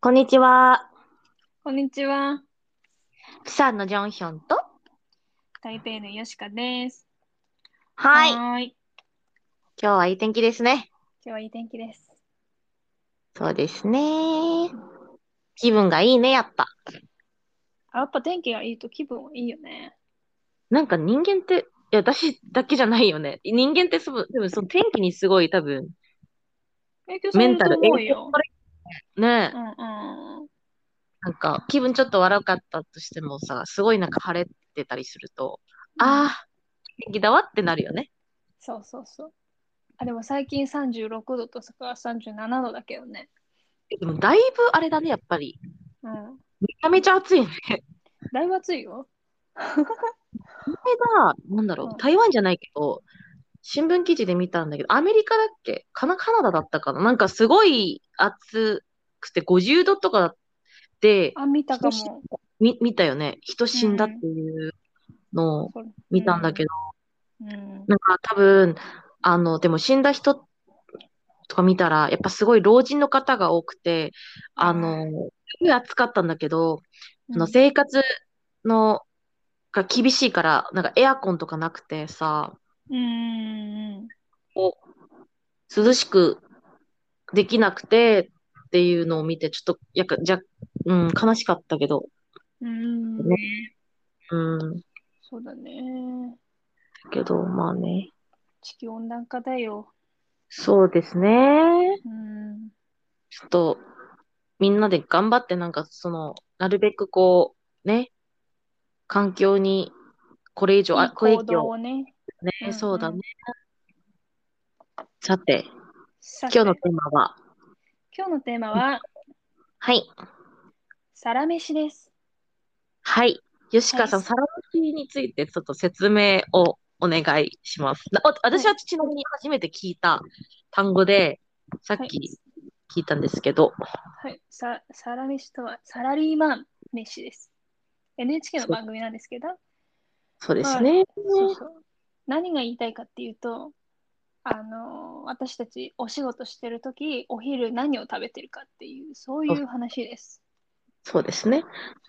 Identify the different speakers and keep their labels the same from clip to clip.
Speaker 1: こんにちは。
Speaker 2: こんにちは。
Speaker 1: プサンのジョンヒョンと。
Speaker 2: 台北のよしかです。
Speaker 1: はい。今
Speaker 2: ーい。
Speaker 1: 日はいい天気ですね。
Speaker 2: 今日はいい天気です。
Speaker 1: そうですね。気分がいいね、やっぱ。
Speaker 2: あやっぱ天気がいいと気分いいよね。
Speaker 1: なんか人間って、いや、私だけじゃないよね。人間ってすぶ、多分その天気にすごい多分、
Speaker 2: 影響さ
Speaker 1: メ
Speaker 2: れ
Speaker 1: ン
Speaker 2: る
Speaker 1: タ
Speaker 2: と
Speaker 1: ル
Speaker 2: 思うよ。
Speaker 1: ね
Speaker 2: う、んうん。
Speaker 1: なんか気分ちょっと悪かったとしてもさ、すごいなんか晴れてたりすると、
Speaker 2: あ。
Speaker 1: ああ、天気だわってなるよね。
Speaker 2: そうそうそう。あ、でも最近36度とか37度だけどね。
Speaker 1: でもだいぶあれだね、やっぱり。
Speaker 2: うん。
Speaker 1: めちゃめちゃ暑いね。
Speaker 2: だいぶ暑いよ。
Speaker 1: これが、なんだろ
Speaker 2: う
Speaker 1: う、
Speaker 2: ん
Speaker 1: 台湾じゃないけど、新聞記事で見たんだけど、アメリカだっけかな、カナダだったかななんかすごい暑くて50度とかで、
Speaker 2: あ、見たか
Speaker 1: 人死ん
Speaker 2: も。
Speaker 1: み見たよね。人死んだっていうのを
Speaker 2: それ
Speaker 1: 見たんだけど、
Speaker 2: うん。
Speaker 1: なんか多分、あの、でも死んだ人とか見たら、やっぱすごい老人の方が多くて、あの、すごい暑かったんだけど、
Speaker 2: う
Speaker 1: あ
Speaker 2: ん、
Speaker 1: の生活のが厳しいから、なんかエアコンとかなくてさ、
Speaker 2: うんうんうん。
Speaker 1: を涼しくできなくてっていうのを見て、ちょっとやかじゃ、うん、悲しかったけど、
Speaker 2: うん。
Speaker 1: ねうん、
Speaker 2: そうだね。
Speaker 1: けど、まあね、
Speaker 2: 地球温暖化だよ。
Speaker 1: そうですね。
Speaker 2: うん。
Speaker 1: ちょっと、みんなで頑張って、なんか、その、なるべくこう、ね、環境に、これ以上、
Speaker 2: い
Speaker 1: あ、
Speaker 2: い
Speaker 1: これ以
Speaker 2: 行動
Speaker 1: 上
Speaker 2: をね。うんう
Speaker 1: ね、
Speaker 2: ん
Speaker 1: そうだね。さて、
Speaker 2: さて
Speaker 1: 今日のテーマは、
Speaker 2: 今日のテーマは、
Speaker 1: はい、
Speaker 2: サラメシです。
Speaker 1: はい。吉川さん、
Speaker 2: はい
Speaker 1: サラメシについてちょっと説明をお願いします。なお私はちなみに初めて聞いた単語で、さっ
Speaker 2: はい
Speaker 1: き聞いたんですけど、
Speaker 2: はい、さサラメシとはサラリーマン飯です。NHK の番組なんですけど、
Speaker 1: そうですね。
Speaker 2: そうそう何が言いたいかっていうと、あのー私たちお仕事してるとき、お昼何を食べてるかっていう、そういう話です。
Speaker 1: そうですね。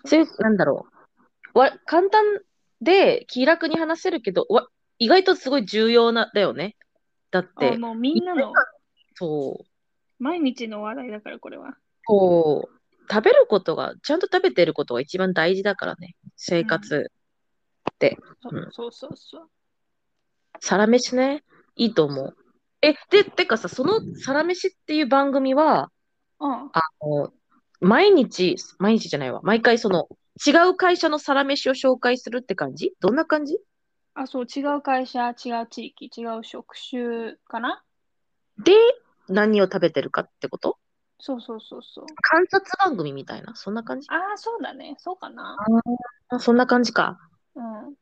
Speaker 1: そういう、なんだろう。わ簡単で気楽に話せるけど、わ意外とすごい重要なだよね。だっ
Speaker 2: あ
Speaker 1: て、
Speaker 2: もうみんなの
Speaker 1: そう、
Speaker 2: 毎日の話題だから、これは。
Speaker 1: こう、食べることが、ちゃんと食べてることが一番大事だからね。生活。
Speaker 2: そ
Speaker 1: うん
Speaker 2: そうそうそう。
Speaker 1: サラメシね。いいと思う。え、で、てかさ、そのサラメシっていう番組は、
Speaker 2: うん、
Speaker 1: あの、毎日、毎日じゃないわ。毎回その、違う会社のサラメシを紹介するって感じどんな感じ
Speaker 2: あ、そう、違う会社、違う地域、違う職種かな
Speaker 1: で、何を食べてるかってこと
Speaker 2: そうそうそうそう。
Speaker 1: 観察番組みたいな。そんな感じ
Speaker 2: ああ、そうだね。そうかな。
Speaker 1: あそんな感じか。
Speaker 2: うん。
Speaker 1: なん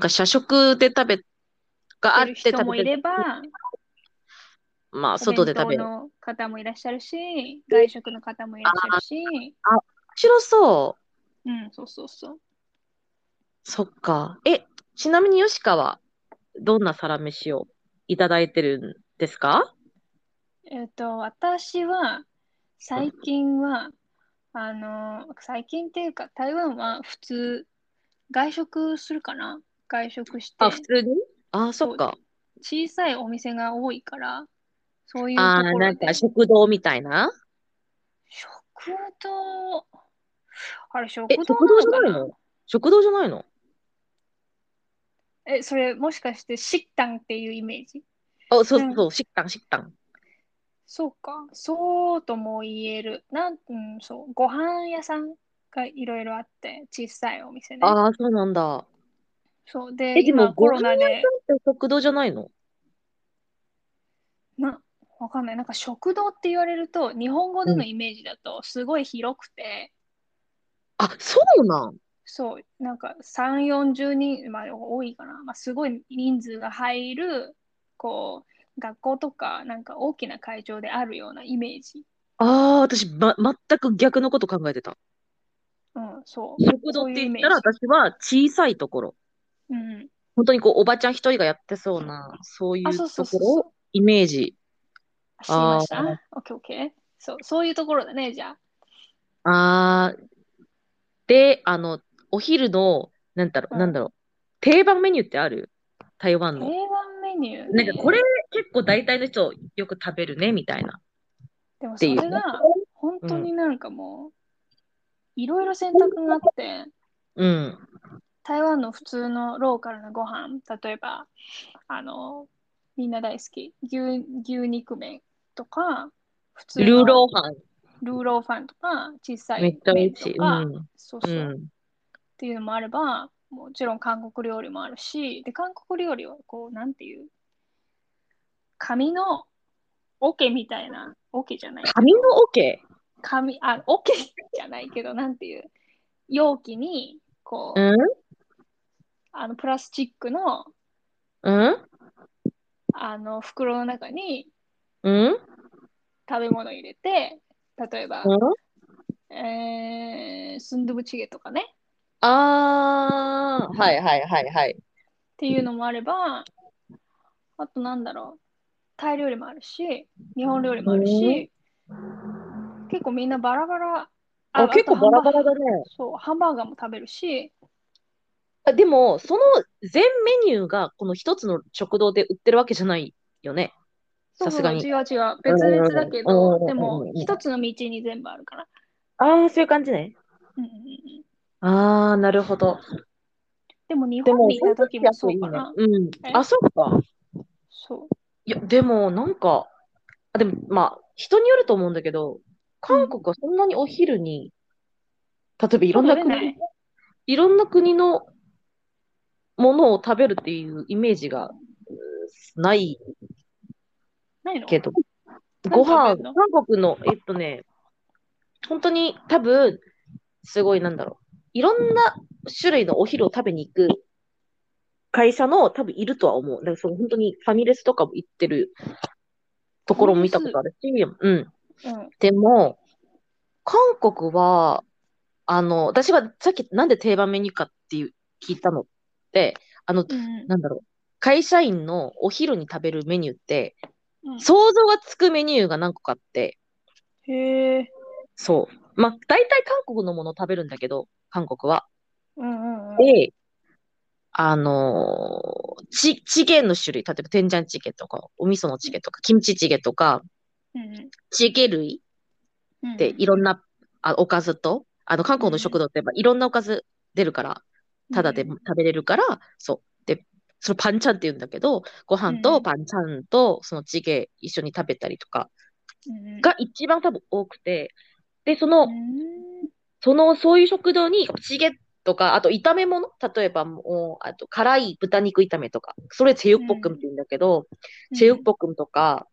Speaker 1: か社食で食べ、があ
Speaker 2: あ
Speaker 1: って
Speaker 2: る
Speaker 1: 食べ
Speaker 2: 人もい
Speaker 1: てる。
Speaker 2: れば、
Speaker 1: まあ、
Speaker 2: お
Speaker 1: 外で
Speaker 2: 弁
Speaker 1: 食
Speaker 2: 当
Speaker 1: べる。面
Speaker 2: の方もいらっしゃるし、外食の方もいらっしゃるし、
Speaker 1: 白そ
Speaker 2: うん、そうそうそう。
Speaker 1: う。そっか。え、ちなみに吉川は、どんなサラメシをいただいてるんですか
Speaker 2: えっ、と、私は、最近は、あの、最近っていうか、台湾は普通、外食するかな外食して、
Speaker 1: あ、普通にあー、
Speaker 2: そう
Speaker 1: そっか。
Speaker 2: 小さいお店が多いから、そういうと
Speaker 1: あ
Speaker 2: こ
Speaker 1: ー、
Speaker 2: ろ
Speaker 1: なん
Speaker 2: で
Speaker 1: か、食堂みたいな。
Speaker 2: 食堂、あれ、食
Speaker 1: え、
Speaker 2: 堂
Speaker 1: 食堂じゃ
Speaker 2: な
Speaker 1: ない
Speaker 2: のかな
Speaker 1: の食堂じゃないの
Speaker 2: え、それ、もしかして、シッタンっていうイメージ
Speaker 1: あ、そう
Speaker 2: うん
Speaker 1: そう、食堂、食堂。
Speaker 2: そうか、そうとも言える。なん、うん、そう、ご飯屋さんがいろいろあって、小さいお店ね。
Speaker 1: あー、そうなんだ。
Speaker 2: そうで、
Speaker 1: え、でも
Speaker 2: 今コロナ
Speaker 1: ご飯
Speaker 2: で、
Speaker 1: って食堂じゃないの
Speaker 2: な、わかんない。なんか食堂って言われると、日本語でのイメージだと、すごい広くて、
Speaker 1: あ、そうなん。
Speaker 2: そう、なんか3、40人、まあ多いかな。まあすごい人数が入る、こう、学校とか、なんか大きな会場であるようなイメージ。
Speaker 1: あー、私、ま、全く逆のこと考えてた。
Speaker 2: うん、そう。
Speaker 1: 食堂
Speaker 2: そ
Speaker 1: っ
Speaker 2: ういう
Speaker 1: て
Speaker 2: イ
Speaker 1: 言
Speaker 2: メ
Speaker 1: ったら、
Speaker 2: ージ。
Speaker 1: 私は小さいところ。
Speaker 2: うん。
Speaker 1: 本当にこう、おばちゃん一人がやってそうな、そうい
Speaker 2: あ、
Speaker 1: う
Speaker 2: そうそう
Speaker 1: とこ
Speaker 2: そう
Speaker 1: ろ
Speaker 2: そう
Speaker 1: を。イメージ。
Speaker 2: 知りまし
Speaker 1: あー
Speaker 2: た。オッケーオッケー。そう、そういうところだね、じゃあ。
Speaker 1: あー、で、あの、お昼の、なんだろう、
Speaker 2: うん
Speaker 1: なんだろう、定番メニューってある台湾
Speaker 2: 定
Speaker 1: の。
Speaker 2: 番メニュー、
Speaker 1: な
Speaker 2: ね。
Speaker 1: んかこれ結構大体の人よく食べるね、みたいな。
Speaker 2: でも
Speaker 1: っ
Speaker 2: そ
Speaker 1: てい
Speaker 2: れ
Speaker 1: う
Speaker 2: が本当になんかもう、いろいろ選択があって、
Speaker 1: うん。
Speaker 2: 台湾の普通のローカルなご飯、例えば、あの、みんな大好き、牛牛肉麺とか、普通の
Speaker 1: ルーローハ
Speaker 2: ルーローファンとか、小さ
Speaker 1: ン、めっ
Speaker 2: い
Speaker 1: ちゃ美
Speaker 2: 麺
Speaker 1: 味し
Speaker 2: と
Speaker 1: い。う
Speaker 2: か、
Speaker 1: ん。
Speaker 2: そう
Speaker 1: う
Speaker 2: そう、っ
Speaker 1: ん。
Speaker 2: ていうのもあれば、もちろん韓国料理もあるし、で、韓国料理はこう、なんていう、紙の桶みたいな、桶じゃない。
Speaker 1: 紙の桶
Speaker 2: 紙、あ、桶じゃないけど、なんていう、容器に、こう、
Speaker 1: うん
Speaker 2: あの、プラスチックの、
Speaker 1: うん
Speaker 2: あの、袋の中に
Speaker 1: うん
Speaker 2: 食べ物入れて、例えば、
Speaker 1: うん
Speaker 2: えー、スンドゥブチゲとかね、っ
Speaker 1: あー、はいはいはいはい。
Speaker 2: ていうのもあれば、あとなんだろう、タイ料理もあるし、日本料理もあるし、結構みんなバラバラ、
Speaker 1: あ、結構バラバラだ
Speaker 2: ね。
Speaker 1: ね。
Speaker 2: そう、ハンバーガーも食べるし、
Speaker 1: あでも、その全メニューがこの一つの食堂で売ってるわけじゃないよね。
Speaker 2: そう
Speaker 1: さ
Speaker 2: そ
Speaker 1: す
Speaker 2: うそ
Speaker 1: が
Speaker 2: う、
Speaker 1: に。
Speaker 2: 違う違う、別々だけど、
Speaker 1: うん
Speaker 2: でも
Speaker 1: う、ん
Speaker 2: 一つの道に全部あるから。
Speaker 1: ああ、そういう感じね。
Speaker 2: うんうんうん、
Speaker 1: ああ、なるほど。
Speaker 2: でも、日
Speaker 1: で
Speaker 2: 本
Speaker 1: も、
Speaker 2: にいた時もそうか
Speaker 1: ね
Speaker 2: な。。
Speaker 1: うん
Speaker 2: え。
Speaker 1: あ、そうか。
Speaker 2: そう。
Speaker 1: いや、でも、なんか、あ、でも、まあ、人によると思うんだけど、韓国はそんなにお昼に、例えばいろんな
Speaker 2: 食べれ
Speaker 1: 国、いろんな国のものを食べるっていうイメージがうんない
Speaker 2: ないの
Speaker 1: けど、
Speaker 2: 何
Speaker 1: ご飯、
Speaker 2: 食べんの
Speaker 1: 韓国の、えっとね、本当に多分、すごいなんだろう。いろんな種類のお昼を食べに行く会社の多分いるとは思う。だからその本当にファミレスとかも行ってるところも見たことあるし、うん。
Speaker 2: うん。
Speaker 1: でも、韓国は、あの、私がさっきなんで定番メニューかっていう聞いたのって、あの、
Speaker 2: うん
Speaker 1: なんだろう。会社員のお昼に食べるメニューって、
Speaker 2: うん。
Speaker 1: 想像がつくメニューが何個かあって、
Speaker 2: へえ。
Speaker 1: そう。まあ、大体韓国のものを食べるんだけど、韓国は。
Speaker 2: うんうんうん。
Speaker 1: で、あのーチ、チゲの種類、例えば、天ジャンチゲとか、お味噌のチゲとか、キムチチゲとか、
Speaker 2: うん
Speaker 1: チゲ類
Speaker 2: うん。
Speaker 1: っていろんな、あ、おかずと、あの、韓国の食堂ってやっぱいろんなおかず出るから、ただで
Speaker 2: うん
Speaker 1: 食べれるから、そう。で、そのパンチャンって言うんだけど、ご飯
Speaker 2: うんう
Speaker 1: と
Speaker 2: ん
Speaker 1: パンチャンと、そのチゲ一緒に食べたりとか、
Speaker 2: うん
Speaker 1: が一番多分多くて、で、その
Speaker 2: う、ん
Speaker 1: その、そういう食堂に、チゲとか、あと炒め物、例えばもう、あと辛い豚肉炒めとか、それチェユッポックンって言うんだけど、チェユッポックンとか、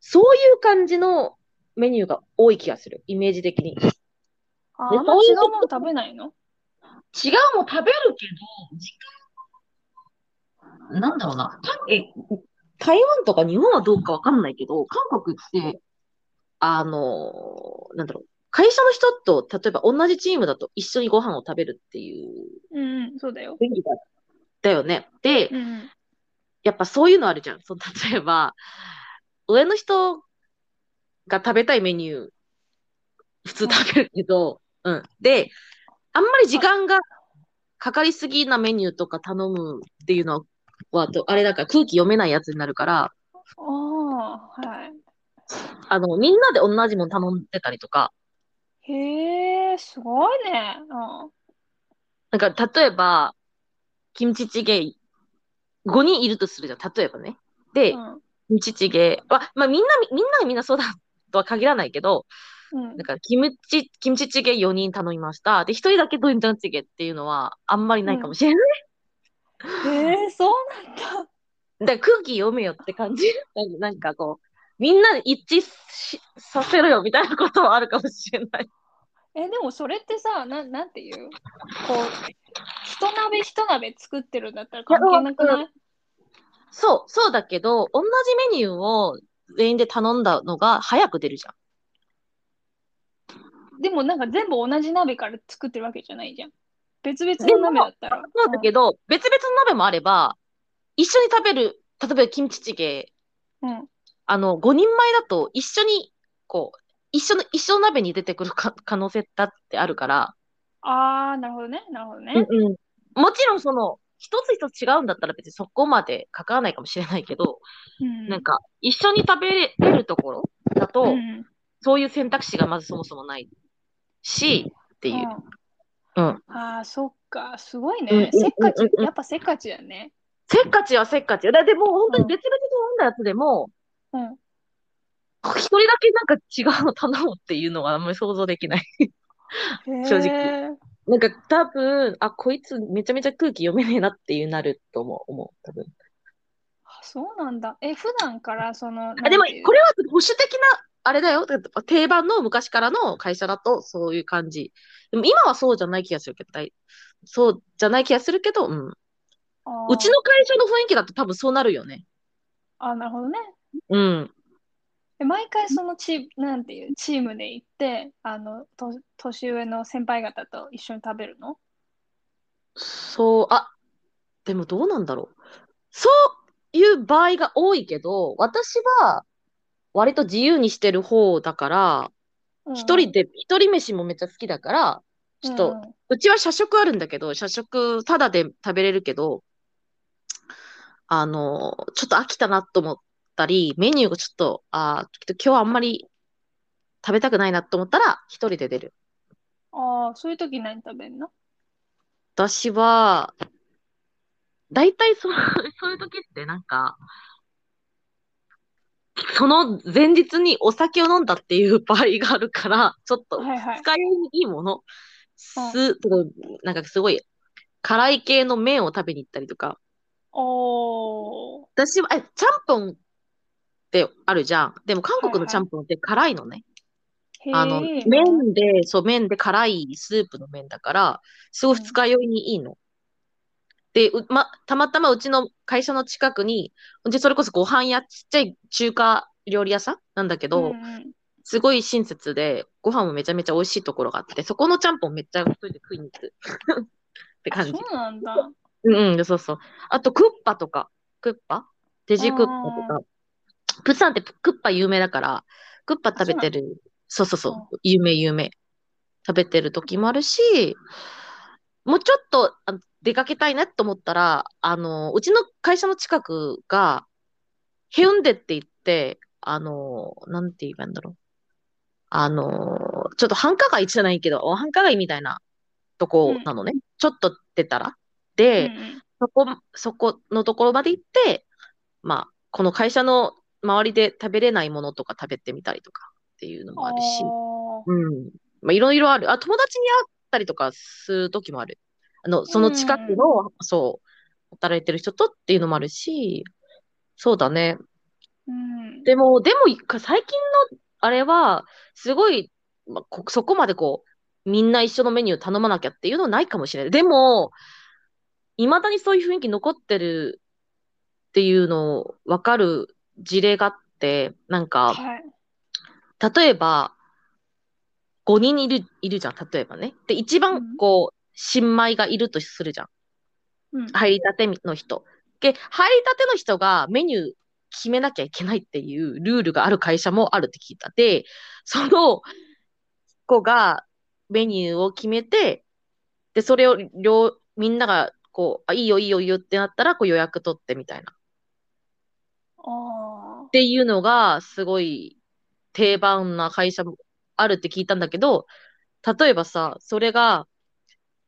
Speaker 1: そういう感じのメニューが多い気がする、イメージ的に。違う
Speaker 2: あ
Speaker 1: で
Speaker 2: あんま
Speaker 1: そうい
Speaker 2: 違
Speaker 1: う
Speaker 2: うもの食べないの
Speaker 1: もん食べるけど、時間、なんだろうな、たえ、台湾とか日本はどうかわかんないけど、韓国って、あの、なんだろう、会社の人と、例えば同じチームだと一緒にご飯を食べるっていう
Speaker 2: うんうん、そうだよ。
Speaker 1: 便利だだよね。で、
Speaker 2: うんうん。
Speaker 1: やっぱそういうのあるじゃん。その例えば、上の人が食べたいメニュー、普通食べるけど、うん。で、あんまり時間がかかりすぎなメニューとか頼むっていうのは、とあれだから空気読めないやつになるから、
Speaker 2: ああ、はい。
Speaker 1: あの、みんなで同じもの頼んでたりとか、
Speaker 2: へえ、すごいね。うん
Speaker 1: なんか例えば、キムチチゲ5人いるとするじゃん。例えばね。で、
Speaker 2: うん
Speaker 1: キムチチゲは、まあみんな、みんながみんなそうだとは限らないけど、
Speaker 2: うん
Speaker 1: だ。から、キムチ、キムチチゲ4人頼みました。で、1人だけドンジャンチゲっていうのは、あんまりないかもしれない。
Speaker 2: へえ、そうなん
Speaker 1: だ
Speaker 2: だ。
Speaker 1: から、空気読めよって感じ。 なんかなんかこう、みんなで一致しさせろよみたいなことはあるかもしれない。
Speaker 2: え、でもそれってさ、なん、なんていうこう、一鍋一鍋作ってるんだったら関係なくない
Speaker 1: そう、そうだけど、同じメニューを全員で頼んだのが早く出るじゃん。
Speaker 2: でもなんか全部同じ鍋から作ってるわけじゃないじゃん。別々の鍋だったら。
Speaker 1: そうだけど、別々の鍋もあれば、一緒に食べる、例えばキムチチゲ、
Speaker 2: うん。
Speaker 1: あの、5人前だと一緒に、こう、一緒の、一緒の鍋に出てくるか 可能性だってあるから、
Speaker 2: ああ、なるほどね。なるほどね。
Speaker 1: うんうんもちろんその、一つ一つ違うんだったら別にそこまでかからないかもしれないけど、
Speaker 2: うん
Speaker 1: なんか、一緒に食べれるところだと、
Speaker 2: うん、っ
Speaker 1: そういう選択肢がまずそもそもないし、って
Speaker 2: て
Speaker 1: いう。。うん
Speaker 2: ああ、そっか。すごい
Speaker 1: うんうん
Speaker 2: ね。せっか
Speaker 1: うん
Speaker 2: ち
Speaker 1: うん。うん
Speaker 2: やっぱせっかちだよね。
Speaker 1: せっかちはせっかちよ。だってもう本当に
Speaker 2: うん
Speaker 1: 別々に頼んだやつでも、
Speaker 2: うん。
Speaker 1: 一人だけなんか違うの頼むっていうのはあんまり想像できない。 正直
Speaker 2: 直。
Speaker 1: なんか多分、あ、こいつめちゃめちゃ空気読めねえなっていうなるとも思う、多分。
Speaker 2: あそうなんだ。え、普段からその、
Speaker 1: あでも、こ
Speaker 2: れ
Speaker 1: れは保守的な、あれだよ。だって定番の昔からの会社だとそういう感じ。でも今はそうじゃない気がするけど、だいそうじゃない気がするけど、うん。うちの会社の雰囲気だと多分そうなるよね。
Speaker 2: あー、なるほどね。
Speaker 1: うん。
Speaker 2: え毎回そのチーム、なんていう、チームで行って、あの、と年上の先輩方と一緒に食べるの
Speaker 1: そう、あ、でもどうなんだろう。そういう場合が多いけど、私は割と自由にしてる方だから、一人
Speaker 2: で、
Speaker 1: で、一人飯もめっちゃ好きだから、ちょっと、う
Speaker 2: うん
Speaker 1: ちは社食あるんだけど、社食タダで食べれるけど、あの、ちょっと飽きたなと思ったり、メニューがちょっと、あーちょっと今日はあんまり食べたくないなと思ったら、一人で出る。
Speaker 2: うんああ、そういう時何食べんの
Speaker 1: 私は、大体そう、 そういう時ってなんか、その前日にお酒を飲んだっていう場合があるから、ちょっと
Speaker 2: はいはい。
Speaker 1: 使いにいいもの、酢とか、なんかすごい辛い系の麺を食べに行ったりとか、
Speaker 2: おー。
Speaker 1: 私は、え、ちゃんぽんってあるじゃん。でも韓国のちゃんぽんって辛いのね。
Speaker 2: へ
Speaker 1: あの、
Speaker 2: え。
Speaker 1: 麺で、そう、麺で辛いスープの麺だから、すごい
Speaker 2: うん
Speaker 1: 二日酔いにいいの。で、うま、たまたまうちの会社の近くに、で、それこそご飯屋、ちっちゃい中華料理屋さんなんだけ
Speaker 2: うん
Speaker 1: ど、
Speaker 2: うん
Speaker 1: すごい親切で、ご飯もめちゃめちゃ美味しいところがあって、そこのちゃんぽんめっちゃ一人で食いに行く。 って
Speaker 2: あ、
Speaker 1: 感じ
Speaker 2: そ。うなんだ。
Speaker 1: うんうん、そうそう。あと、クッパとか、クッパデジクッパと
Speaker 2: あ
Speaker 1: か。プサンってクッパ有名だから、クッパ食べてる、そうそうそう
Speaker 2: なの
Speaker 1: 有名有名。食べてる時もあるし、もうちょっとあ出かけたいなと思ったら、あの、うちの会社の近くが、ヘウンデって言って、あの、なんて言えばいいんだろう。あの、ちょっと繁華街じゃないけど、お繁華街みたいなとこなのね。ちょっと出たら。で、
Speaker 2: うんうん
Speaker 1: そこ、そこのところまで行って、まあ、この会社の周りで食べれないものとか食べてみたりとかっていうのもあるし、
Speaker 2: おー
Speaker 1: うん。まあ、いろいろある。あ、友達に会ったりとかする時もある。あの、その近くの、そう、働いてる人とっていうのもあるし、そうだね。
Speaker 2: うん
Speaker 1: でも、でも、最近のあれは、すごい、まあ、こそこまでこう、みんな一緒のメニュー頼まなきゃっていうのはないかもしれない。でも、いまだにそういう雰囲気残ってるっていうのを分かる事例があって、なんか、
Speaker 2: はい。
Speaker 1: 例えば、5人いる、いるじゃん、例えばね。で、一
Speaker 2: う
Speaker 1: 番
Speaker 2: ん
Speaker 1: こう、新米がいるとするじゃん。
Speaker 2: うん
Speaker 1: 入りたての人。で、入りたての人がメニュー決めなきゃいけないっていうルールがある会社もあるって聞いた。で、その子がメニューを決めて、で、それを両、みんながこう、あ、いいよいいよいいよってなったら、こう予約取ってみたいな。っ
Speaker 2: あ
Speaker 1: ていうのが、すごい定番な会社もあるって聞いたんだけど、例えばさ、それが、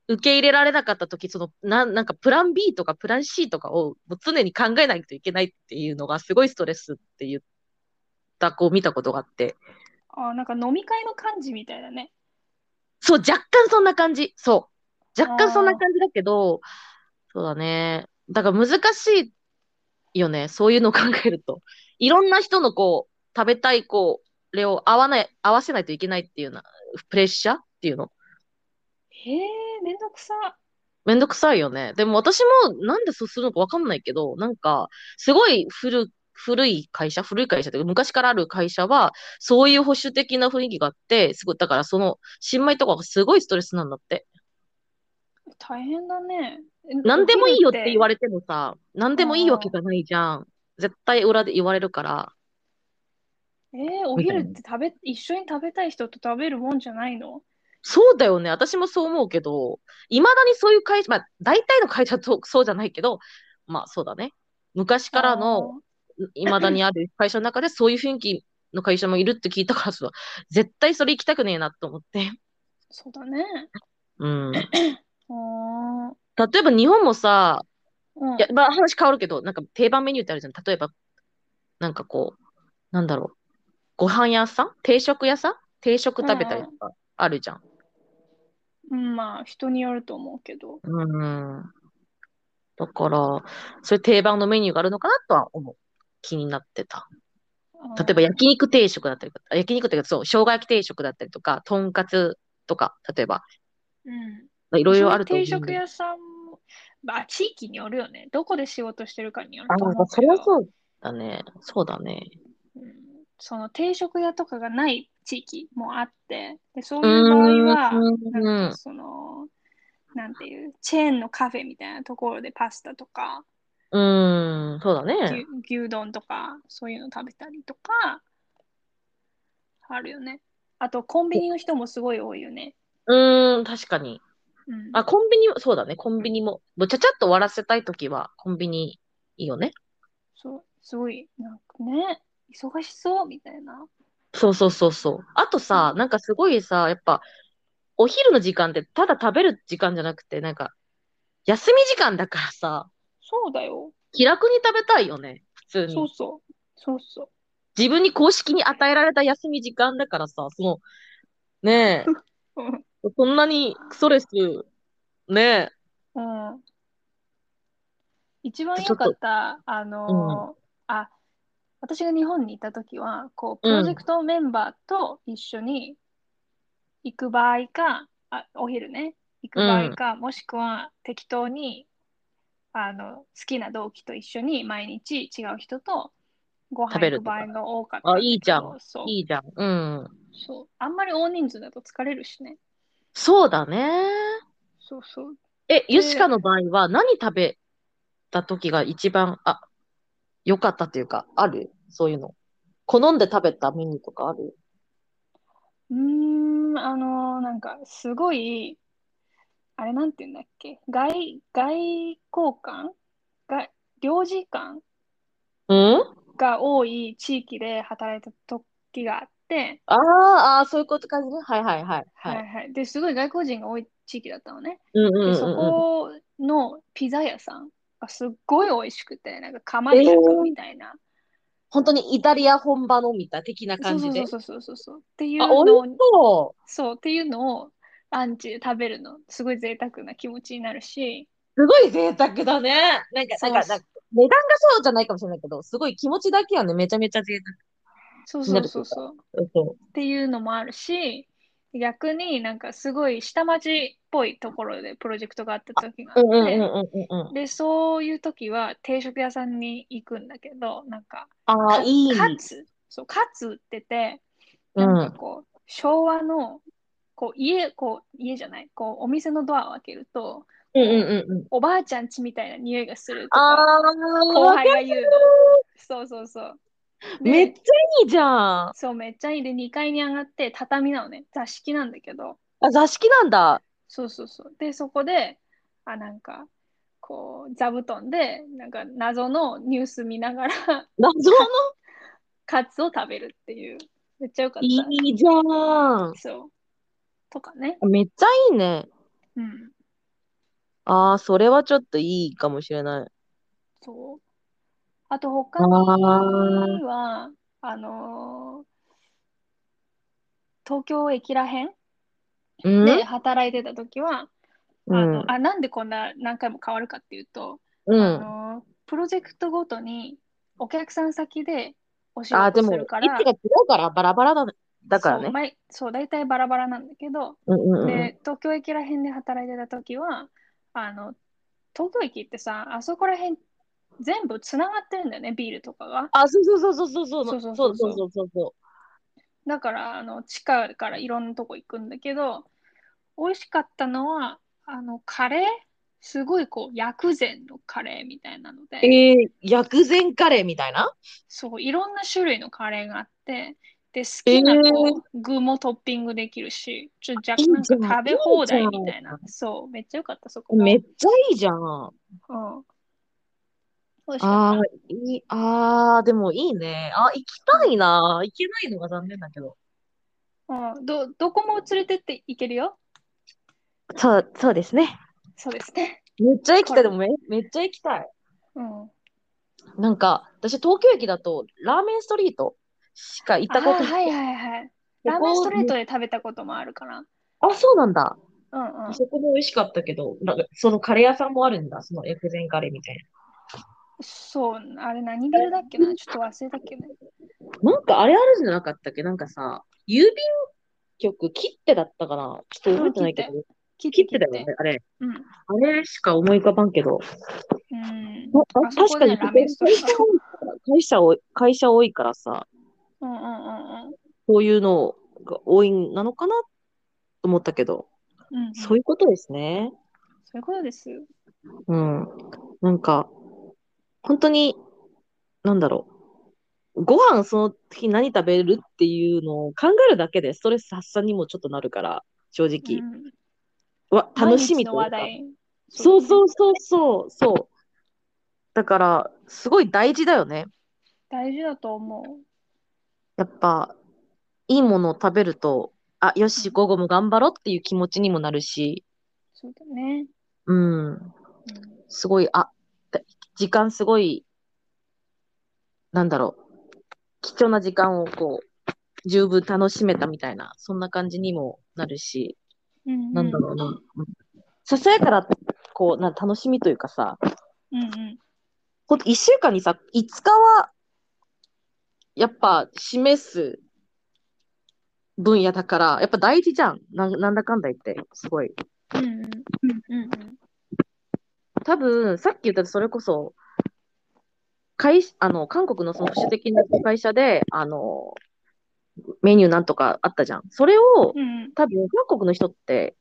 Speaker 1: 受け入れられなかったとき、その、なん、なんか、プラン B とかプラン C とかをもう常に考えないといけないっていうのが、すごいストレスって言った子を見たことがあって。
Speaker 2: ーあー、なんか飲み会の感じみたいだね。
Speaker 1: そう、若干そんな感じ。そう。若干そんな
Speaker 2: あー
Speaker 1: 感じだけど、そうだね。だから難しいよね。そういうのを考えると。いろんな人のこう、食べたい、こう、あれを合わない、合わせないといけないっていうような、プレッシャーっていうの。
Speaker 2: へえ、めんどくさ。
Speaker 1: めんどくさいよね。でも私もなんでそうするのかわかんないけど、なんか、すごい古、古い会社、古い会社というか、昔からある会社は、そういう保守的な雰囲気があって、すごい、だからその、新米とかがすごいストレスなんだって。
Speaker 2: 大変 だね。
Speaker 1: 何でもいいよって言わ
Speaker 2: れ
Speaker 1: れてもさ、何でもいいわけがないじゃん。絶対裏で言われるから。
Speaker 2: えー、お昼って食べ、一緒に食べたい人と食べるもんじゃないの
Speaker 1: そうだよね。私もそう思うけど、いまだにそういう会社、まあ、大体の会社とそうじゃないけど、まあ、そうだね。昔からの、いまだにある会社の中でそういう雰囲気の会社もいるって聞いたからさ、絶対それ行きたくねえなと思って。
Speaker 2: そうだね。
Speaker 1: うん。例
Speaker 2: あー
Speaker 1: えば日本もさ、
Speaker 2: うん
Speaker 1: いや、まあ、話変わるけど、なんか定番メニューってあるじゃん。例えば、なんかこう、なんだろう。ご飯屋さん定食屋さん定食食べたりとかあるじゃん。
Speaker 2: うん、まあ人によると思うけど。
Speaker 1: うん。だから、そういう定番のメニューがあるのかなとは思う。気になってた。例えば
Speaker 2: や
Speaker 1: 焼肉定食だったりとか、あ焼肉っていうか、そう、生姜焼き定食だったりとか、とんかつとか、例えば、
Speaker 2: うん、
Speaker 1: まあいろいろあると思う
Speaker 2: 定食屋さんも、まあ地域によるよね。どこで仕事してるかによる
Speaker 1: あ、
Speaker 2: と
Speaker 1: ま
Speaker 2: 思
Speaker 1: あ
Speaker 2: う
Speaker 1: そ
Speaker 2: け
Speaker 1: れ
Speaker 2: ど。
Speaker 1: はそうだね。そうだね。
Speaker 2: うんその定食屋とかがない地域もあって、でそう
Speaker 1: う
Speaker 2: いう場合は、なん
Speaker 1: ーん
Speaker 2: か。その、なんていう、チェーンのカフェみたいなところでパスタとか、
Speaker 1: うん。そうだね。
Speaker 2: 牛牛丼とか、そういうの食べたりとか、あるよね。あと、コンビニの人もすごい多いよね。
Speaker 1: うーん、確かに。
Speaker 2: うん、
Speaker 1: あ、コンビニも、そうだね。コンビニも。もうちゃちゃっと終わらせたいときは、コンビニいいよね。
Speaker 2: そう、すごい、なんかね、忙しそうみたいな。
Speaker 1: そうそうそうそう。あとさ
Speaker 2: う、ん
Speaker 1: なんかすごいさ、やっぱ、お昼の時間ってただ食べる時間じゃなくて、なんか、休み時間だからさ、
Speaker 2: そうだよ。
Speaker 1: 気楽に食べたいよね、普通
Speaker 2: そう
Speaker 1: に。
Speaker 2: そう。そうそう。
Speaker 1: 自分に公式に与えられた休み時間だからさ、その、 ね
Speaker 2: うん
Speaker 1: え、そんなにストレス、ねえ、
Speaker 2: うん。一番良かった、あのー、あ、私が日本にいた時は、こう、プロジェクトメンバーと一緒に行く場合か、あ、お昼ね、行く場合か、もしくは適当に、あの、好きな同期と一緒に毎日違う人とご飯
Speaker 1: 食べ
Speaker 2: 行
Speaker 1: ると
Speaker 2: く場
Speaker 1: か
Speaker 2: 合が多かった
Speaker 1: あ
Speaker 2: だけ
Speaker 1: いいじゃん
Speaker 2: どそう。
Speaker 1: いいじゃん。うん。
Speaker 2: そう。あんまり大人数だと疲れるしね。
Speaker 1: そうだね。
Speaker 2: そうそう。
Speaker 1: え、ユシカの場合は何食べた時が一番、あ、良かったというか、あるそういうの。好んで食べたメニューとかある
Speaker 2: うーん、あのーなんか、すごい、あれなんて言うんだっけ、外、外交官が、領事館
Speaker 1: うん
Speaker 2: が多い地域で働いた時があって、
Speaker 1: あーあー、そういうこと感じね。はいはいはい。
Speaker 2: はい
Speaker 1: はい。
Speaker 2: はい。で、すごい外国人が多い地域だったのね。
Speaker 1: うんうん
Speaker 2: で、
Speaker 1: うん
Speaker 2: そ
Speaker 1: うん。
Speaker 2: このピザ屋さんがすっごい美味しくて、なんか釜で焼くみたいな。
Speaker 1: 本当にイタリア本場のみたい的な感じで。
Speaker 2: そうそうそうそうそう。っていう
Speaker 1: あ、
Speaker 2: の
Speaker 1: 美
Speaker 2: を
Speaker 1: 味しそ
Speaker 2: そう、っていうのをランチで食べるの、すごい贅沢な気持ちになるし、
Speaker 1: う。すごい贅沢だね。なんか、
Speaker 2: そ
Speaker 1: な
Speaker 2: うん
Speaker 1: か、なんか値段がそうじゃないかもしれないけど、すごい気持ちだけはね、めちゃめちゃ贅
Speaker 2: そう
Speaker 1: にな
Speaker 2: そう
Speaker 1: ると
Speaker 2: そ
Speaker 1: いううか
Speaker 2: そう。
Speaker 1: 沢。そ
Speaker 2: っていうのもあるし、逆になんかすごい下町っぽいところでプロジェクトがあった時があ
Speaker 1: う
Speaker 2: っ
Speaker 1: んうんうん
Speaker 2: て、
Speaker 1: うんうんうん。
Speaker 2: で、そういう時は定食屋さんに行くんだけど、なんか、
Speaker 1: ああ、
Speaker 2: か
Speaker 1: いい。
Speaker 2: カツ、そう、カツ売ってて、
Speaker 1: う
Speaker 2: なん
Speaker 1: ん。
Speaker 2: かこう、昭和の、こう、家、こう、家じゃない、こう、お店のドアを開けると、
Speaker 1: うんうんうんうん。
Speaker 2: おばあちゃんちみたいな匂いがするとか、
Speaker 1: ああ、
Speaker 2: 後
Speaker 1: わか
Speaker 2: 輩
Speaker 1: る
Speaker 2: が言うの。そうそうそう。
Speaker 1: めっ
Speaker 2: で
Speaker 1: ちゃいいじゃん。あ、
Speaker 2: そう、めっちゃいい。で、2階に上がって畳なのね。座敷なんだけど。
Speaker 1: 座敷なんだ。
Speaker 2: そうそうそう。で、そこで、あ、なんか、こう、座布団で、なんか、謎のニュース見ながら、
Speaker 1: 謎の。
Speaker 2: カツを食べるっていう。めっちゃよかっ
Speaker 1: いいじゃん
Speaker 2: た。。そう。とかね。
Speaker 1: めっちゃいいね。
Speaker 2: うん。
Speaker 1: ああ、それはちょっといいかもしれない。
Speaker 2: そう。あと、他
Speaker 1: あー
Speaker 2: には、あのー東京駅らへん
Speaker 1: うん
Speaker 2: で働いてた時は、
Speaker 1: う
Speaker 2: あ
Speaker 1: ん
Speaker 2: の、あ、なんでこんな何回も変わるかっていうと、
Speaker 1: う
Speaker 2: あ
Speaker 1: ん。
Speaker 2: のプロジェクトごとにお客さん先でお仕
Speaker 1: あー、で
Speaker 2: 事す
Speaker 1: も、位
Speaker 2: るから、
Speaker 1: 置が違うからバラバラだね。だから
Speaker 2: そう、
Speaker 1: ね。
Speaker 2: 毎そう、大体バラバラなんだけど、
Speaker 1: うんうんうん。
Speaker 2: で、東京駅ら辺で働いてた時は、あの、東京駅ってさ、あそこら辺全部つながってるんだよね、ビールとかが。
Speaker 1: あ、そうそうそうそうそう
Speaker 2: そ
Speaker 1: そうう
Speaker 2: そう
Speaker 1: そ
Speaker 2: そううそう
Speaker 1: そうそうそ
Speaker 2: だから、あの、地下からいろんなとこ行くんだけど、美味しかったのは、あの、カレーすごいこう薬膳のカレーみたいなので、
Speaker 1: えー、薬膳カレーみたいな
Speaker 2: そういろんな種類のカレーがあってで好きなこう、
Speaker 1: え
Speaker 2: 具もトッピングできるしちょ若
Speaker 1: いい
Speaker 2: 干
Speaker 1: じゃん
Speaker 2: なんか食べ放題みた
Speaker 1: い
Speaker 2: い
Speaker 1: い
Speaker 2: なそうめっちゃよかったそこも、
Speaker 1: めっちゃいいじゃん。
Speaker 2: うん、美味しか
Speaker 1: あ
Speaker 2: っ
Speaker 1: あ、いい、ああ、でもいいね。あ、行きたいな。行けないのが残念だけど。
Speaker 2: た、うん、どどこも連れてっていけるよ
Speaker 1: そう、そうですね。
Speaker 2: そうですね、
Speaker 1: めっちゃ行きたい。
Speaker 2: これ
Speaker 1: でもめ、めっちゃ行きたい。
Speaker 2: うん、
Speaker 1: なんか、私、東京駅だと、ラーメンストリートしか行ったこと
Speaker 2: あ
Speaker 1: な
Speaker 2: ーはいはいはいラーメンストレートで食べたこともあるから
Speaker 1: あ、そうなんだ。
Speaker 2: うんうん
Speaker 1: そこも美味しかったけど、なんかそのカレー屋さんもあるんだ。その薬膳カレーみたい
Speaker 2: そうあれ何ビルだっけなちょっと忘れたっけど
Speaker 1: な。なんか、あれあるんじゃなかったっけなんかさ、郵便局切ってだったかなちょっと覚えてないけど。
Speaker 2: 切
Speaker 1: 切ってだよね、あれ。
Speaker 2: うん
Speaker 1: あれしか思い浮かばんけど。
Speaker 2: うん
Speaker 1: あ
Speaker 2: あそこ
Speaker 1: 確かに
Speaker 2: でラーメンストリート
Speaker 1: 会社多い会社多いからさ、
Speaker 2: うんうんうんうん
Speaker 1: こういうのが多いなのかなと思ったけど、
Speaker 2: うんうん
Speaker 1: そういうことですね。
Speaker 2: そういうことです。
Speaker 1: うん。なんか、本当に、なんだろう。ご飯その日何食べるっていうのを考えるだけでストレス発散にもちょっとなるから、正
Speaker 2: う
Speaker 1: 直。
Speaker 2: ん
Speaker 1: うわ、楽しみ
Speaker 2: 毎日
Speaker 1: と
Speaker 2: の
Speaker 1: い
Speaker 2: 話
Speaker 1: うか。
Speaker 2: 題。。
Speaker 1: そうそううそうそう、そう。だから、すごい大事だよね。
Speaker 2: 大事だと思
Speaker 1: やっぱ、いいものを食べると、あ、よし、
Speaker 2: うん
Speaker 1: 午後も頑張ろうっていう気持ちにもなるし、
Speaker 2: う。そうだね。
Speaker 1: うん、
Speaker 2: うん
Speaker 1: すごい、あ、だ時間すごい、なんだろう、貴重な時間をこう、十分楽しめたみたいな、そんな感じにもなるし、
Speaker 2: うんうん
Speaker 1: なんだろうな、うんささやかな、こう、な楽しみというかさ、
Speaker 2: うんうん。
Speaker 1: ほんと1週間にさ、5日は、やっぱ示す分野だから、やっぱ大事じゃん。なんなんだかんだ言って、すごい。
Speaker 2: うんうんうんうん
Speaker 1: 多分、さっき言ったそれこそ、会あの韓国のその保守的な会社で、あの、メニューなんとかあったじゃん。それを、
Speaker 2: うんうん
Speaker 1: 多分、韓国の人って、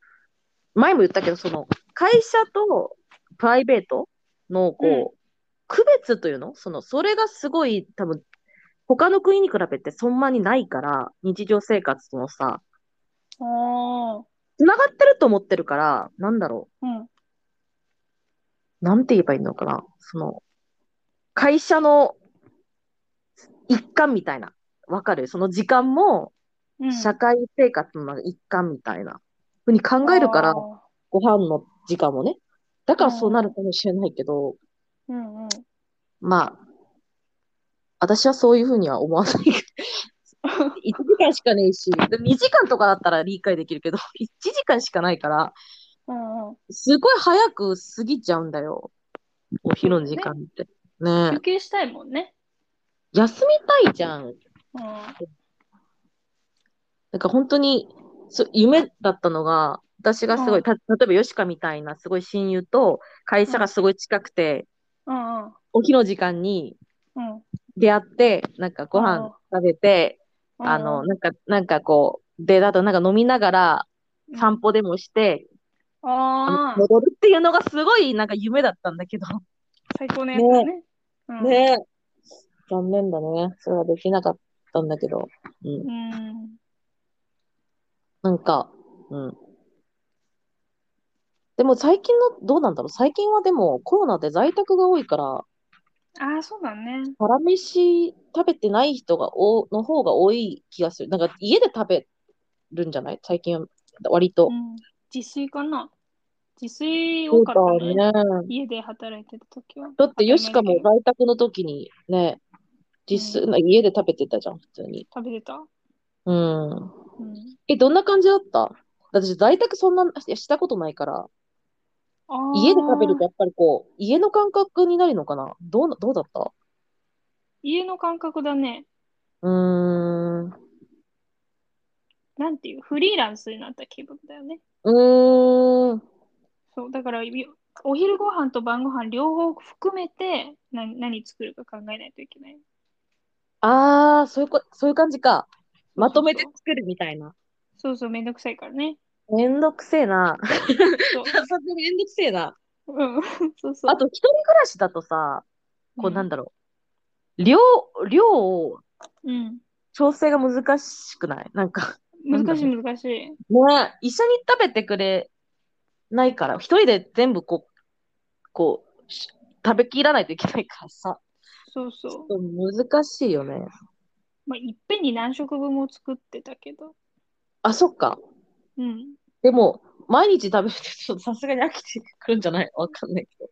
Speaker 1: 前も言ったけど、その、会社とプライベートの、こう、
Speaker 2: うん
Speaker 1: 区別というのその、それがすごい、多分、他の国に比べてそんなにないから、日常生活とのさ、
Speaker 2: あ
Speaker 1: つながってると思ってるから、なんだろ
Speaker 2: ーうん
Speaker 1: う、なんて言えばいいのかなその、会社の一環みたいな。わかるその時間も、
Speaker 2: うん
Speaker 1: 社会生活の一環みたいな。ふうに考えるから
Speaker 2: あ、ー
Speaker 1: ご飯の時間もね。だからそうなるかもしれないけど、
Speaker 2: うんうん。
Speaker 1: まあ、私はそういうふうには思わない。1時間しかねえし、で2時間とかだったら理解できるけど、1時間しかないから、
Speaker 2: うんうん
Speaker 1: すごい早く過ぎちゃうんだよ。お昼の時間って。ね
Speaker 2: 休憩したいもんね。
Speaker 1: え休みたいじゃん。
Speaker 2: うん
Speaker 1: なんか本当に、そう夢だったのが、私がすごい、
Speaker 2: うん
Speaker 1: た例えばヨシカみたいなすごい親友と会社がすごい近くて、
Speaker 2: うんうん
Speaker 1: お昼の時間に
Speaker 2: うんうん。
Speaker 1: 出会って、なんかご飯食べて、あの、なんか、なんかこう、で、あとなんか飲みながら
Speaker 2: うん
Speaker 1: 散歩でもして、あ
Speaker 2: あ
Speaker 1: の
Speaker 2: あ、
Speaker 1: 戻るっていうのがすごいなんか夢だったんだけど。
Speaker 2: 最高のやつだね。うん
Speaker 1: ねえ。残念だね。それはできなかったんだけど。うん。
Speaker 2: うん。
Speaker 1: なんか、うん。でも最近の、どうなんだろう。最近はでもコロナで在宅が多いから、
Speaker 2: ああ、そうだね。
Speaker 1: 腹飯食べてない人がお、の方が多い気がする。なんか家で食べるんじゃない最近は割と
Speaker 2: う。ん、自炊かな。自炊
Speaker 1: そ
Speaker 2: 多
Speaker 1: う
Speaker 2: かったね。
Speaker 1: だね。
Speaker 2: 家で働いてた時は。
Speaker 1: だって、ヨシカも
Speaker 2: 当たり前だ
Speaker 1: 在宅の時にね、実
Speaker 2: う
Speaker 1: 数、な家で食べてたじゃん、普通に。
Speaker 2: けど食べてた。
Speaker 1: うん。
Speaker 2: うん、
Speaker 1: え、どんな感じだった私、在宅そんなしたことないから、
Speaker 2: あー
Speaker 1: 家で食べるとやっぱりこう、家の感覚になるのかなどうな、どうだった
Speaker 2: 家の感覚だね。
Speaker 1: うーん。う
Speaker 2: なんていう、フリーランスになった気分だよね。
Speaker 1: ーん。
Speaker 2: そう、だから、いお昼ご飯と晩ご飯両方含めて何何作るか考えないといけない。
Speaker 1: あー、そういうこ、そういう感じか。まとめて
Speaker 2: そう
Speaker 1: 作るみたいな。
Speaker 2: そうそう、めんどくさいからね。
Speaker 1: めんどくせえな。
Speaker 2: そ う
Speaker 1: さすがにめんどくせえな。
Speaker 2: うん。 そうそう。
Speaker 1: あと、一人暮らしだとさ、こう、なんだろう。量、量を
Speaker 2: うん。
Speaker 1: 調整が難しくないなんか、なんだ
Speaker 2: 難
Speaker 1: ろ
Speaker 2: しい難しい。
Speaker 1: ね、一緒に食べてくれないから、一人で全部こう、こう、し食べきらないといけないからさ、
Speaker 2: そう
Speaker 1: ちょ
Speaker 2: そ
Speaker 1: っと難しいよね。
Speaker 2: う。まあ、いっぺんに何食分も作ってたけど。
Speaker 1: あ、そっか。
Speaker 2: うん。
Speaker 1: でも、毎日食べるとちょっとさすがに飽きてくるんじゃないわかんないけど。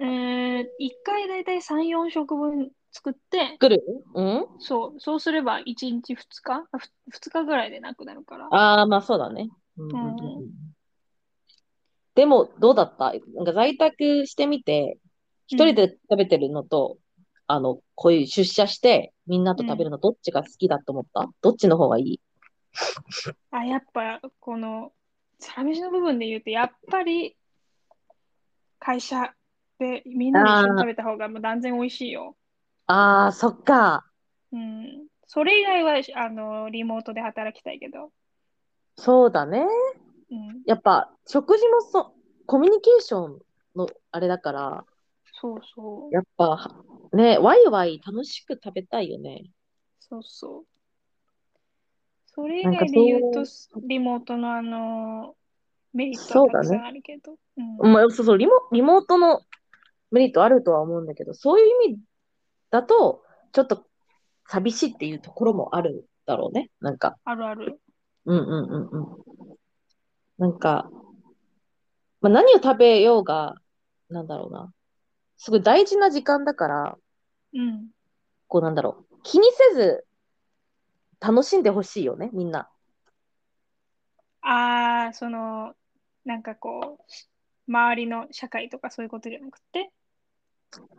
Speaker 2: えー、1回だいたい3、4食分作って、
Speaker 1: 来るうん
Speaker 2: そう、そうすれば1日2日 ?2 日ぐらいでなくなるから。
Speaker 1: ああ、まあそうだね。うんうんうんうんでも、どうだったなんか在宅してみて、一人で食べてるのと、あの、こういう出社して、みんなと食べるの、どっちが好きだと思った、どっちの方がいい
Speaker 2: あ、やっぱこのサラメシの部分で言うと、やっぱり会社でみんなで一緒に食べた方がもう断然美味しいよ。
Speaker 1: ああ、そっか。
Speaker 2: うん。それ以外はあのリモートで働きたいけど。
Speaker 1: そうだね。
Speaker 2: うん。
Speaker 1: やっぱ、食事もそ、コミュニケーションのあれだから、
Speaker 2: そうそう。
Speaker 1: やっぱ、ね、ワイワイ楽しく食べたいよね。
Speaker 2: そうそう。それ以
Speaker 1: なんか
Speaker 2: 外で言う
Speaker 1: そ
Speaker 2: と
Speaker 1: う、
Speaker 2: リモートのあの、メリット
Speaker 1: そう
Speaker 2: はた
Speaker 1: だ
Speaker 2: く
Speaker 1: ね
Speaker 2: さんあるけど。うん
Speaker 1: まあ、そうそう、リモ、リモートのメリットあるとは思うんだけど、そういう意味だと、ちょっと寂しいっていうところもあるんだろうね。なんか、
Speaker 2: あるある。
Speaker 1: うんうんうんうん。なんか、まあ、何を食べようが、なんだろうな。すごい大事な時間だから、
Speaker 2: うん。
Speaker 1: こうなんだろう。気にせず、楽しんでほしいよね、みんな。
Speaker 2: ああ、その、なんかこう、し周りの社会とかそういうことじゃなくて、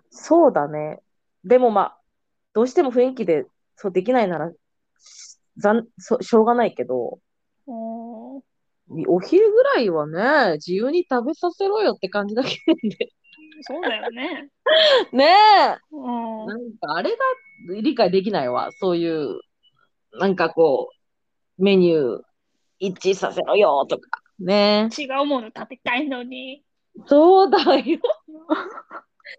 Speaker 1: そうだね。でもまあ、どうしても雰囲気で、そうできないなら、しざん、そ、しょうがないけど、
Speaker 2: おー
Speaker 1: お昼ぐらいはね、自由に食べさせろよって感じだけどね。
Speaker 2: そうだよね。
Speaker 1: ねえ。
Speaker 2: うん
Speaker 1: な。んかあれが理解できないわ。そういう、なんかこう、メニュー一致させろよとか。ね
Speaker 2: 違うもの食べたいのに。
Speaker 1: そうだ よ。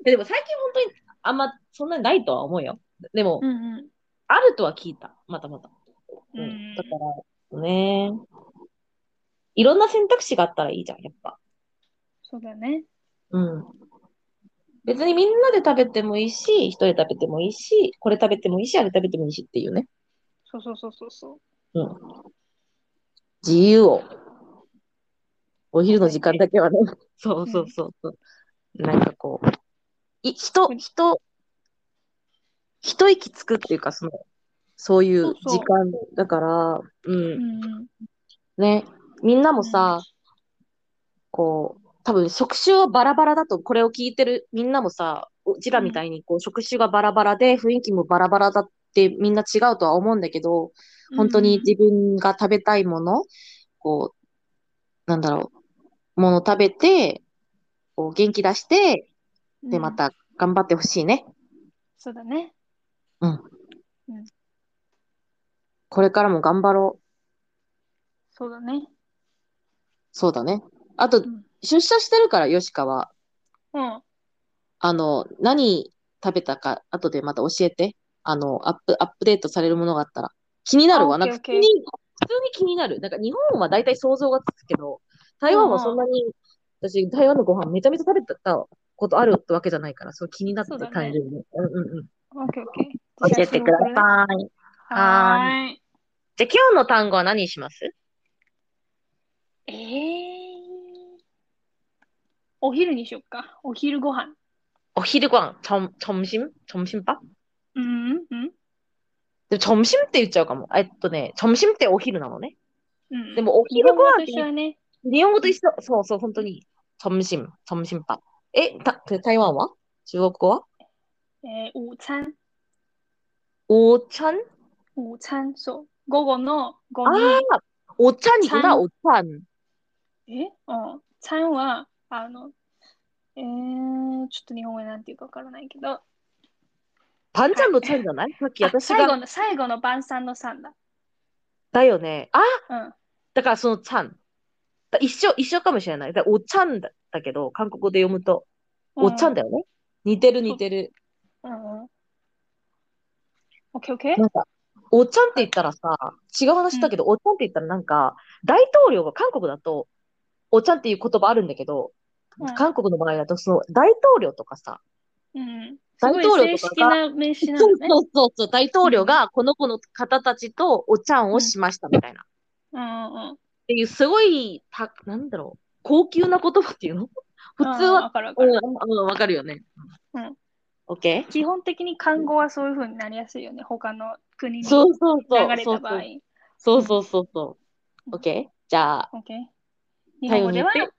Speaker 1: でも最近本当にあんまそんなにないとは思うよ。でも、
Speaker 2: うんうん。
Speaker 1: あるとは聞いた。またまた。
Speaker 2: うんうん
Speaker 1: だから、ねいろんな選択肢があったらいいじゃん、やっぱ。
Speaker 2: そうだね。
Speaker 1: うん。別にみんなで食べてもいいし、一人で食べてもいいし、これ食べてもいいし、あれ食べてもいいしっていうね。
Speaker 2: そうそうそうそうそう。
Speaker 1: うん。自由を。お昼の時間だけはね。そうそうそうそう。なんかこう、い、人、人、一息つくっていうか、その、そういう
Speaker 2: そうそう
Speaker 1: 時間だから、うん
Speaker 2: う。んうん。
Speaker 1: ね、みんなもさ、こう、多分職種はバラバラだと、これを聞いてるみんなもさ、うちらみたいにこう職種がバラバラで、雰囲気もバラバラだってみんな違うとは思うんだけど、本当に自分が食べたいもの、こう、なんだろう、もの食べて、こう元気出して、
Speaker 2: うん、
Speaker 1: で、また頑張ってほしいね。
Speaker 2: そうだね。
Speaker 1: これからも頑張ろう。
Speaker 2: そうだね。
Speaker 1: そうだね。あと
Speaker 2: うん、
Speaker 1: 出社してるから、ヨシカは。
Speaker 2: うん。
Speaker 1: あの、何食べたか、後でまた教えて。あの、アップ、アップデートされるものがあったら。気になるわ。
Speaker 2: あ
Speaker 1: なんか普
Speaker 2: OK
Speaker 1: 通に、普通に気になる。なんか日本は大体想像がつくけど、台湾はそんなに、私、台湾のご飯めちゃめちゃ食べたことあるってわけじゃないから、そう気になって
Speaker 2: そうだね
Speaker 1: 感じるね。うんうんうん。
Speaker 2: オッケーオッケー。
Speaker 1: 教えてくだ
Speaker 2: い。
Speaker 1: さい。
Speaker 2: はーい。
Speaker 1: じゃあ今日の単語は何にします
Speaker 2: えー、お昼にしよっか。お昼ご飯。
Speaker 1: お昼ご飯、ちょん、ちょんしんちょんしんぱ
Speaker 2: うんうんうん
Speaker 1: で、ちょんしんって言っちゃうかも。えっとね、ちょんしんってお昼なのね。
Speaker 2: うん。
Speaker 1: でもお昼ご飯っ
Speaker 2: 日本語と
Speaker 1: て
Speaker 2: 一緒はね。
Speaker 1: 日本語と一緒。そうそう、本当に。점심점心밥。え、た、台湾は中国語は
Speaker 2: えー、午餐。
Speaker 1: お茶ん
Speaker 2: 午餐。そう。午後の午
Speaker 1: あ
Speaker 2: に。
Speaker 1: あ、お茶にな、
Speaker 2: 餐
Speaker 1: お茶ん。
Speaker 2: えうん。餐は、あの、えー、ちょっと日本語でなんていうかわからないけど。あ
Speaker 1: パンちゃんのちゃんじゃないさっき私
Speaker 2: 最後
Speaker 1: が。
Speaker 2: の、最後の晩餐の餐だ。
Speaker 1: だよね。あ、
Speaker 2: うん。
Speaker 1: だからそのちゃん。だ一緒、一緒かもしれない。だお茶んだ。ったけど、韓国語で読むと、
Speaker 2: うん
Speaker 1: おっちゃんだよね。似てる似てる。
Speaker 2: うんうん。オッケーオッケー
Speaker 1: なんか、おっちゃんって言ったらさ、違う話だけど、おっちゃんって言ったらなんか、大統領が韓国だと、おっちゃんっていう言葉あるんだけど、
Speaker 2: うん
Speaker 1: 韓国の場合だと、その大統領とかさ、
Speaker 2: うん。す
Speaker 1: 大
Speaker 2: ごい
Speaker 1: 統領と
Speaker 2: 正式
Speaker 1: かが、
Speaker 2: な名詞な
Speaker 1: そう
Speaker 2: のね。
Speaker 1: そうそうそう、大統領がこの子の方たちとおちゃんをしましたみたいな。っ
Speaker 2: うんうんうん。
Speaker 1: ていう、すごい、た、なんだろう、高級な言葉っていうの普通
Speaker 2: うん
Speaker 1: は、
Speaker 2: わかるわか
Speaker 1: うん、
Speaker 2: る。
Speaker 1: うんわかるよね。
Speaker 2: うん。
Speaker 1: OK?
Speaker 2: 基本的に漢語はそういうふうになりやすいよね。他の国に流
Speaker 1: そうそうそう。
Speaker 2: れた場合。
Speaker 1: そうそうそうそう。
Speaker 2: うん
Speaker 1: OK? じゃあ、
Speaker 2: オッケー日本語では
Speaker 1: 最後に言っ、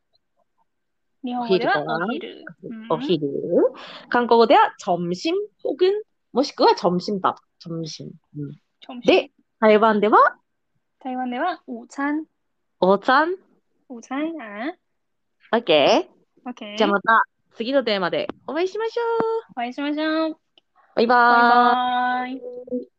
Speaker 2: 日本語では
Speaker 1: お
Speaker 2: お
Speaker 1: 昼
Speaker 2: 昼。
Speaker 1: お
Speaker 2: うん。
Speaker 1: 昼。韓国語では점심혹은、もしくは점심밥점심。うんで
Speaker 2: 점심.
Speaker 1: 台湾では
Speaker 2: 타이완 대화 오찬.
Speaker 1: お茶ん。
Speaker 2: 오찬. 아.
Speaker 1: OK?
Speaker 2: 오케이.
Speaker 1: じゃあまた次のテーマでお会いしましょう。
Speaker 2: 와이시마샹.
Speaker 1: バイバーイ。
Speaker 2: 바이바이.